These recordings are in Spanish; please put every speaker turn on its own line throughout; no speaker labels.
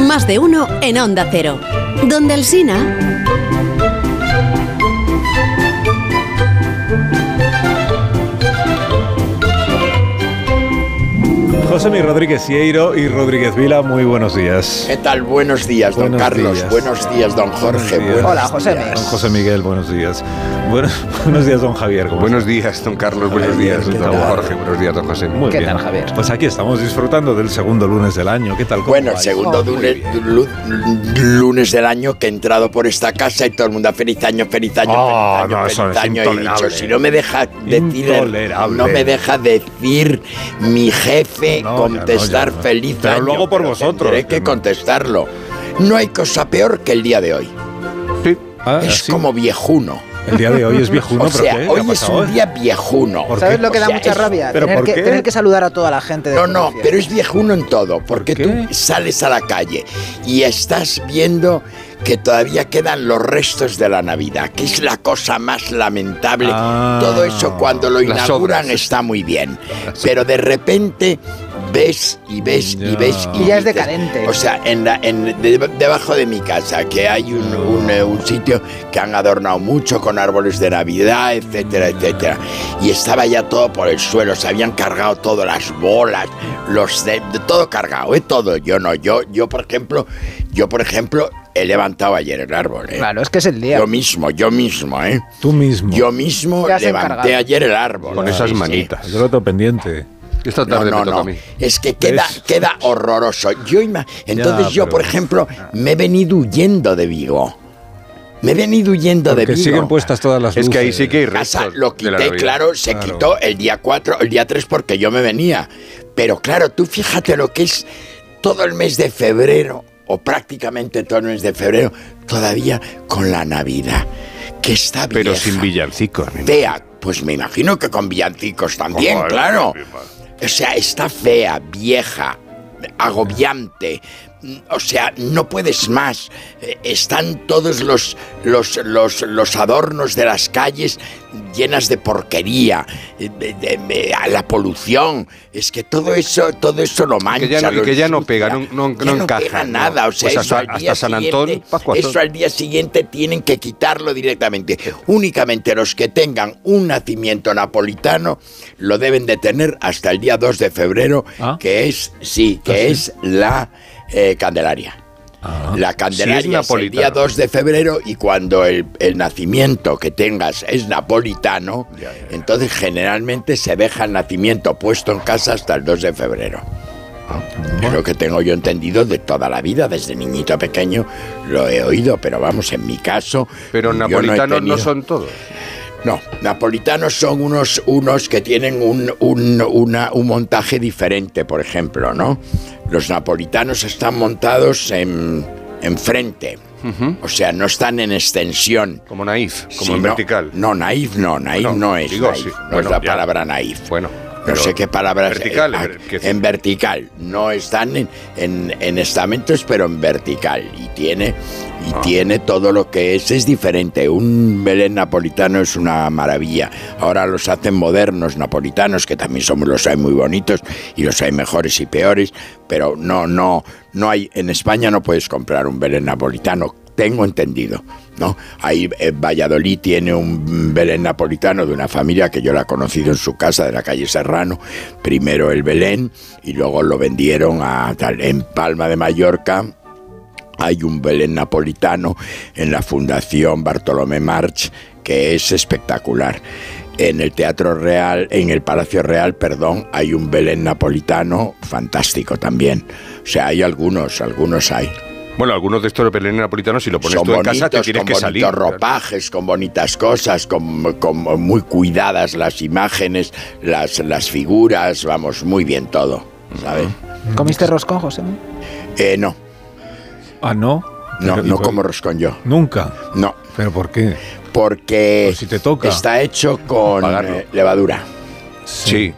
Más de uno en Onda Cero. Donde el Sina.
José Mi Rodríguez Sieiro y Rodríguez Vila, muy buenos días.
¿Qué tal? Buenos días, don
Buenos
Carlos.
días.
Buenos días, don
Buenos
Jorge.
días.
Buenos
Hola, José.
días.
Don José Miguel, buenos días. Buenos, buenos días, don Javier. ¿cómo
Buenos días, don Carlos. Buenos
Javier,
días,
¿qué
don
tal?
Jorge. Buenos días, don José.
estás? Muy
¿Qué
bien.
tal, Javier?
Pues aquí estamos disfrutando del segundo lunes del año. ¿Qué tal? ¿Cómo
Bueno, el
vais?
segundo
Oh, muy
lunes,
bien.
lu- lunes del año que he entrado por esta casa y todo el mundo feliz año, feliz año,
Ah,
feliz año,
no, eso
feliz
es
año. Y he dicho,
intolerable.
si no me deja decir,
Intolerable.
no me deja decir mi jefe
No, ya
contestar
no, ya no.
feliz
Pero
año.
lo hago por vosotros,
Tendré
que
que
no.
contestarlo. No hay cosa peor que el día de hoy.
Ah,
es
sí.
como viejuno.
El día de hoy es viejuno,
o
pero
sea,
¿qué? ¿Qué ha
hoy es
pasado eh?
un
hoy?
día viejuno.
¿Por
¿Sabes
qué?
lo que da
O sea,
mucha
es-
rabia?
¿pero
Tener
por
que,
qué?
tener que saludar a toda la gente. de
No,
tu
no,
fiesta.
pero es viejuno en todo, porque
qué?
tú sales a la calle y estás viendo que todavía quedan los restos de la Navidad, que es la cosa más lamentable.
Ah,
todo eso cuando lo
las
inauguran
obras.
está muy bien,
Las-
pero de repente ves y ves y
Ya.
ves y
Y
ya es
dices,
decadente.
O sea, en la- en- de- debajo de mi casa, que hay un, un, eh, un sitio que han adornado mucho con árboles de Navidad, etcétera, etcétera. Y estaba ya todo por el suelo, se habían cargado todas las bolas, los de, de todo cargado, ¿eh? Todo. Yo no, yo, yo por ejemplo, yo por ejemplo he levantado ayer el árbol, ¿eh?
Claro, es que es el día.
Yo mismo, yo mismo, ¿eh?
Tú mismo.
Yo mismo
Te has
levanté
encargado.
ayer el árbol.
Con
Sí,
esas
sí.
manitas.
Yo lo tengo pendiente.
Esta
No,
tarde
no,
me toca
no.
a mí.
Es que queda,
¿Ves?
queda horroroso. Yo ima- Entonces yo,
pero-
por ejemplo,
Ah.
me he venido huyendo de Vigo. Me he venido huyendo
Porque
de Vigo.
siguen puestas todas las
Es
luces.
que ahí sí que hay
Casa
restos
lo
de la
quité,
Navidad.
claro, se
Claro.
quitó el día 4, el día 3 porque yo me venía. Pero claro, tú fíjate lo que es todo el mes de febrero, o prácticamente todo el mes de febrero, todavía con la Navidad, que está bien.
Pero sin villancicos. ni
Fea, pues me imagino que con villancicos también,
Joder,
claro.
mi madre.
O sea, está fea, vieja, agobiante. Mm, O sea, no puedes más. Eh, Están todos los, los, los, los adornos de las calles llenas de porquería, eh, de- de- de- a la polución. Es que todo eso, todo eso lo mancha.
ya no-
lo
que ya no
ensucia.
pega, no- no-
Ya
no
no
encaja,
pega
no.
nada. O sea,
Pues
eso
hasta-
al día
hasta San
siguiente-
Antón, Pascua,
eso
todo.
al día siguiente tienen que quitarlo directamente. Únicamente los que tengan un nacimiento napolitano lo deben de tener hasta el día 2 de febrero,
Ah.
que es, sí, que
Ah, sí.
es la eh, Candelaria. La
Ah. Sí,
Candelaria
es
es, el día
napolitano.
2 de febrero y cuando el, el nacimiento que tengas es napolitano,
Ya, ya, ya.
entonces generalmente se deja el nacimiento puesto en casa hasta el 2 de febrero. Es lo que tengo yo entendido de toda la vida, desde niñito pequeño lo he oído, pero vamos, en mi caso... yo
Pero
no he
napolitanos no,
tenido-
son todos.
No, napolitanos son unos, unos que tienen un, un- una- un montaje diferente, por ejemplo, ¿no? Los napolitanos están montados en, en frente, o sea, no están en extensión.
Como naif, como
Sí,
en
no.
vertical.
No, naif no, naif
Bueno,
no es.
digo,
naif,
sí.
No
Bueno,
es la
ya.
palabra naif.
Bueno,
No
pero
sé qué palabra es,
vertical,
eh,
ver-
ah,
que-
en vertical. No están en, en- en estamentos, pero en vertical. Y tiene, y
Ah.
tiene todo lo que es. Es diferente. Un Belén napolitano es una maravilla. Ahora los hacen modernos napolitanos, que también somos los hay muy bonitos y los hay mejores y peores. Pero no, no, no hay. En España no puedes comprar un Belén napolitano. Tengo entendido, ¿no? Ahí eh, Valladolid tiene un Belén napolitano de una familia que yo la he conocido en su casa de la calle Serrano. Primero el Belén y luego lo vendieron a tal. En Palma de Mallorca hay un Belén napolitano en la Fundación Bartolomé March que es espectacular. En el Teatro Real, en el Palacio Real, perdón, hay un Belén napolitano fantástico también. O sea, hay algunos, algunos hay.
Bueno, algunos de estos pelenes napolitanos, si lo pones
Son
tú en
bonitos,
casa, te tienes
con
que
bonitos
salir.
ropajes, con bonitas cosas, con, con muy cuidadas las imágenes, las, las figuras, vamos, muy bien todo, ¿sabes?
¿Comiste roscón, José?
Eh, no,
Ah, no.
no,
Pero-
no como roscón yo,
Nunca.
no.
¿Pero por qué?
Porque
Pues si te toca.
está hecho con
Pagarlo.
eh, levadura.
Sí.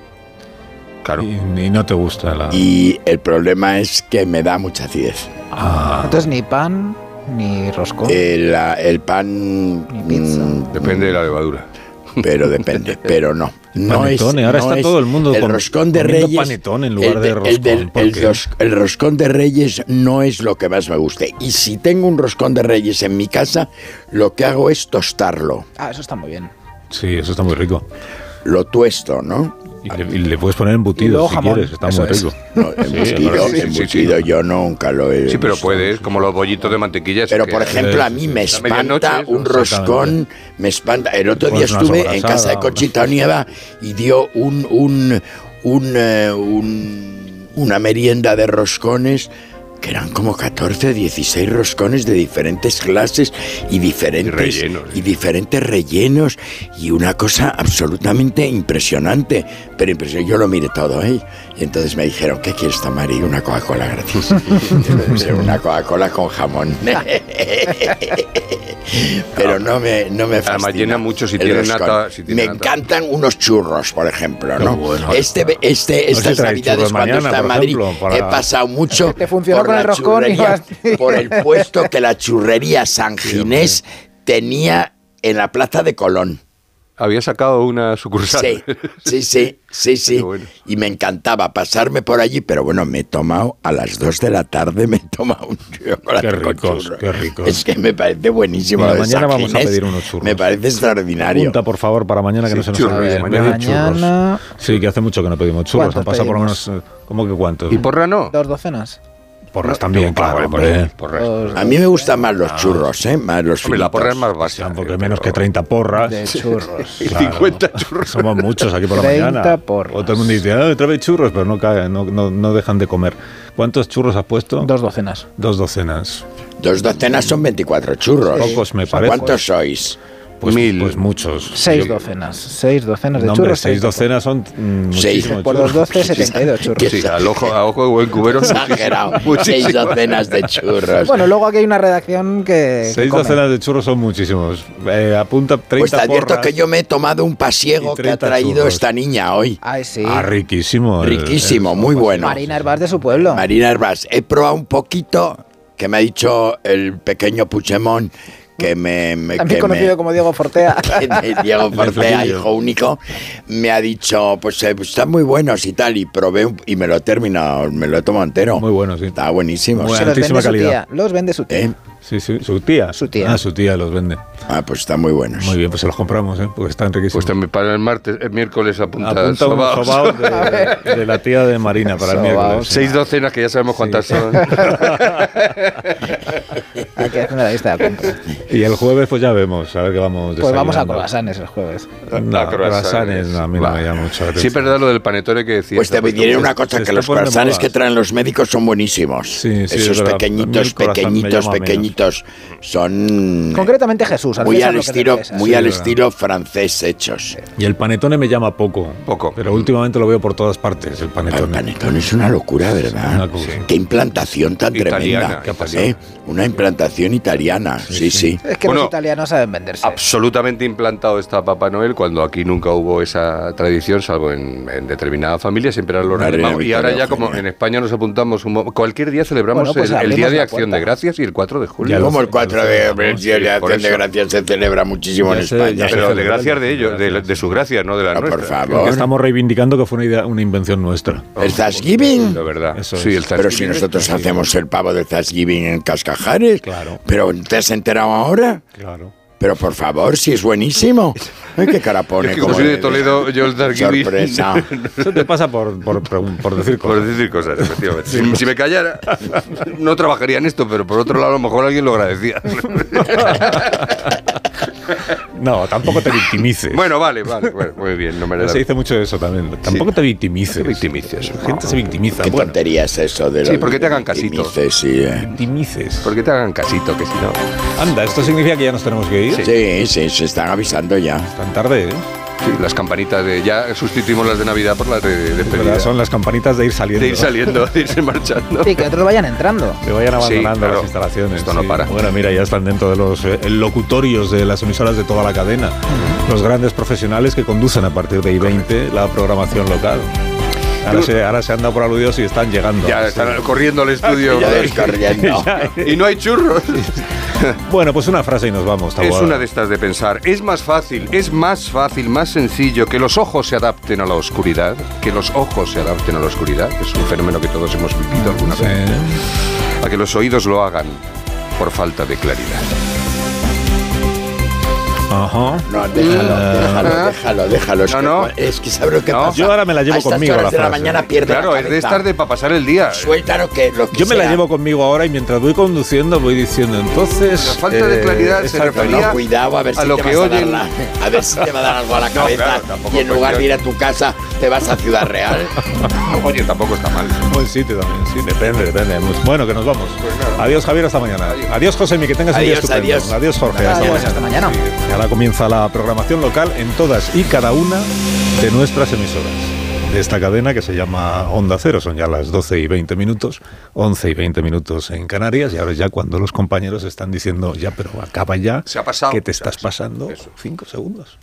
Claro.
Y, y no te gusta
Ah.
la.
Y el problema es que me da mucha acidez.
Ah,
Entonces ni pan ni
Oh.
roscón.
Eh.
El, Eh, la- el pan...
Ni pizza.
mm,
Depende de la levadura.
Pero depende, pero no. No
Panetone, ahora está todo el mundo
el
com-
roscón de
comiendo
Reyes.
panetone en lugar
el
de
el del-
roscón, ¿por
el
qué?
dos- el roscón de Reyes no es lo que más me guste. Y si tengo un roscón de Reyes en mi casa, lo que hago es tostarlo.
Ah, eso está muy bien.
Sí, eso está muy rico.
Lo tuesto, ¿no?
Y le, y le puedes poner
Y
embutido
luego
si
jamón,
quieres, está
eso
muy
es.
rico.
No, embutido,
sí, sí, sí,
embutido
sí.
yo nunca lo he
Sí, pero
visto.
puedes, como los bollitos de mantequilla.
Pero
que-
por ejemplo, a mí me
A medianoche,
espanta
eso,
un roscón, me espanta. El otro día
Pones una
estuve en casa de
sobrasada,
Conchita Nieva y dio un, un, un, eh, un- una merienda de roscones que eran como 14 16 roscones de diferentes clases y diferentes
rellenos, sí.
y diferentes rellenos y una cosa absolutamente impresionante, pero impresionante, yo lo miré todo, ¿eh? Y entonces me dijeron, "¿Qué quieres tomar?" y una Coca-Cola gratis. Debe ser una Coca-Cola con jamón. Pero no me, no me fascina.
llena mucho si
el
tiene
roscón.
nata- si tiene
me
nata.
encantan unos churros, por ejemplo,
Qué
¿no?
bueno.
este, este, estas
si trae
navidades
churros
cuando
mañana,
está en
por
Madrid
ejemplo, para- Este
he pasado mucho
Te funcionó
por
con
la
el roscón y
churrería,
vas-
por el puesto que la churrería San Ginés tenía en la Plaza de Colón.
Había sacado una sucursal.
Sí, sí, sí, sí, sí.
Qué bueno.
Y me encantaba pasarme por allí, pero bueno, me he tomado a las 2 de la tarde, me he tomado un chocolate
Qué
con
ricos,
churros.
qué ricos.
Es que me parece buenísimo.
Mira,
lo de San
mañana vamos a
Ginés.
pedir unos churros.
Me parece extraordinario.
Punta, por favor, para mañana que
Sí,
no se nos
churros,
olvide.
mañana
Pedir churros.
mañana-
Sí, que hace mucho que no pedimos churros.
¿Cuántos
Han pasado por lo
pedimos?
menos. eh, ¿Cómo que cuántos?
¿Y porra no?
Dos docenas.
porras también, claro. hombre.
porra.
Oh.
Dos-
A mí me gustan más
Ah.
los churros, ¿eh? Más los
Hombre, la
finitos.
porra es más básica.
Tampoco menos que 30 porras.
de churros.
Y
Claro.
50 churros.
Somos muchos aquí por la
30
mañana.
porras.
O todo el mundo dice, ah, otra vez churros, pero no caen, no, no, no dejan de comer. ¿Cuántos churros has puesto?
Dos docenas.
Dos docenas.
Dos docenas son 24 churros.
Pocos me
O sea,
parecen.
¿Cuántos sois?
Pues,
Mil.
pues muchos.
Seis
Sí.
docenas. Seis docenas de
No, hombre,
churros.
seis docenas son mm,
Seis.
muchísimos
Por los
churros.
doce, 72 churros.
Sí, al ojo, a ojo de buen cubero.
Exagerado. Seis docenas de churros.
Bueno, luego aquí hay una redacción que. que
Seis
come.
docenas de churros son muchísimos. Eh, apunta 30
pues te advierto
porras.
que yo me he tomado un pasiego
y
que ha
30
traído
churros.
esta niña hoy.
Ay, sí.
Ah, riquísimo. el-
Riquísimo,
el-
muy bueno.
Marina Herbás de su pueblo.
Marina Herbás, he probado un poquito que me ha dicho el pequeño Puchemón que me, me-
También
que
conocido
me-
como Diego Fortea.
que de Diego Portea,
flaquillo.
hijo único, me ha dicho, pues eh, están muy buenos y tal, y probé un- y me lo he terminado, me lo he tomado entero.
Muy bueno, sí.
Está buenísimo.
Bueno.
Se los
altísima
vende su
calidad.
tía. Los vende su tía.
¿eh?
Sí, sí, su tía.
Su tía.
Ah, su tía los vende.
Ah, pues están muy buenos.
Muy bien, pues se los compramos, ¿eh? porque están riquísimos.
Pues también para el martes, el miércoles apunta,
Apunta un
sobaos.
sobao de, de la tía de Marina para el
Sobaos.
miércoles.
Seis docenas que ya sabemos cuántas son.
Hay que hacer una lista de compra.
Y el jueves, pues ya vemos, a ver qué vamos
Pues vamos a
desayunando.
Colasanes el jueves.
No,
A croissants.
croissants, no, a mí no
Va.
me llama mucho la
Sí,
atención.
es verdad lo del panetone que decía.
Pues te diré una cosa,
se
que
está
los
poniendo
croissants
modas.
que traen los médicos son buenísimos.
Sí, sí, es
Esos
verdad. A mí
pequeñitos,
el croissant me
pequeñitos,
llama menos.
pequeñitos, son
Concretamente Jesús.
muy Pues
César
al
lo que es del
estilo,
César.
muy
Sí,
al
verdad.
estilo francés hechos.
Y el panetone me llama poco.
Poco.
Pero últimamente lo veo por todas partes, el
El
panetone.
panetón es una locura, ¿verdad?
Una cosa. Sí.
Qué implantación tan
Italiana,
tremenda.
italiana.
¿eh? Una implantación italiana, sí, sí.
Es que
Bueno,
los italianos saben venderse.
Absolutamente implantado está Papá Noel cuando aquí nunca hubo esa tradición, salvo en, en determinadas familias, siempre era el
Madre
horario. del
mía,
mago. Y ahora
Victoria
ya como
Eugenia.
en España nos apuntamos, un mo- cualquier día celebramos
Bueno, pues
el, el Día
abrimos
de
la
Acción
puerta.
de Gracias y el 4 de julio.
Ya lo
Como el
sé,
4
ya lo
de
sé,
abril,
¿no?
Día de
Sí, por
Acción de
eso.
Gracias se celebra muchísimo
Ya
en
sé,
España.
ya sé.
Pero
Pero
de gracias de ellos, de, de sus gracias, no de la
No, Ah, por
nuestra. Oh,
favor.
Porque estamos reivindicando que fue una, idea, una invención nuestra.
el Thanksgiving.
De verdad.
Eso
sí,
es.
el
Pero si
Thanksgiving.
nosotros hacemos el pavo de Thanksgiving en Cascajares.
Claro.
Pero ¿te has enterado ahora?
Claro.
Pero por favor, si es buenísimo. Ay, qué cara
Yo
pone.
es que
como
como soy de
de-
Toledo, yo el Thanksgiving.
Sorpresa.
Eso te pasa por, por, pregun- por decir
Por
cosas.
decir cosas, efectivamente. Si, si me callara, no trabajaría en esto, pero por otro lado, a lo mejor alguien lo agradecía.
No, tampoco te victimices.
bueno, vale, vale. bueno, muy bien, no me la
se dice mucho eso también. Tampoco te victimices.
te victimices.
La gente se victimiza.
Qué
bueno,
tontería es eso de
Sí,
los-
porque te hagan casito.
Dice, sí, eh.
victimices.
Porque te hagan casito, que si no.
Anda, esto significa que ya nos tenemos que ir.
Sí.
sí, sí, se están avisando ya.
Tan tarde, ¿eh?
Sí, las campanitas de. Ya sustituimos las de Navidad por las de despedida.
Pero son las campanitas de ir saliendo.
de ir saliendo, de irse marchando.
Y que otros vayan entrando.
Que vayan
Sí,
abandonando
claro.
las instalaciones.
Esto no
sí.
para.
Bueno, mira, ya están dentro de los eh, locutorios de las emisoras de toda la cadena. Los grandes profesionales que conducen a partir de I-20 la programación local. Ahora
Yo-
se, ahora se han dado por aludidos y están llegando.
Ya
Sí.
están corriendo al estudio.
Ya descorriendo.
y no hay churros.
Bueno, pues una frase y nos vamos.
Es
Taboada.
una de estas de pensar. Es más fácil, es más fácil, más sencillo que los ojos se adapten a la oscuridad, que los ojos se adapten a la oscuridad, que es un fenómeno que todos hemos vivido alguna
Sí.
vez, a que los oídos lo hagan por falta de claridad.
Ajá.
No, déjalo, déjalo, déjalo, déjalo. Es,
Ah. No,
que, pues,
no.
es que sabré qué
No.
pasa.
Ah. Yo ahora me la llevo
a estas
conmigo,
horas
la
de la
frase.
mañana pierde
Claro,
la
es de
cabeza.
estar de para pasar el día.
Suéltalo que lo que
Yo me la
sea.
llevo conmigo ahora y mientras voy conduciendo voy diciendo entonces. eh,
La falta de claridad se
exactamente.
refería-
No, cuidado, a ver
A
si
lo
te
que
vas a dar
oyen.
la- a ver si te va a dar algo a la
No,
cabeza
claro, tampoco
y en lugar de ir
cualquier-
a tu casa te vas a Ciudad Real.
Oye, tampoco está mal.
Buen sitio también, sí, depende, depende. Bueno, que nos vamos.
Pues nada.
Adiós, Javier, hasta mañana. Adiós,
Adiós.
Josemi, que tengas un día
Adiós,
estupendo.
adiós.
Jorge, hasta
Adiós,
mañana.
hasta mañana.
Y ahora comienza la programación local en todas y cada una de nuestras emisoras. De esta cadena que se llama Onda Cero, son ya las 12 y 20 minutos, 11 y 20 minutos en Canarias, y ahora es ya cuando los compañeros están diciendo, ya, pero acaba ya,
Se ha pasado.
que te
Se ha
estás
pasado.
pasando
Eso.
cinco segundos.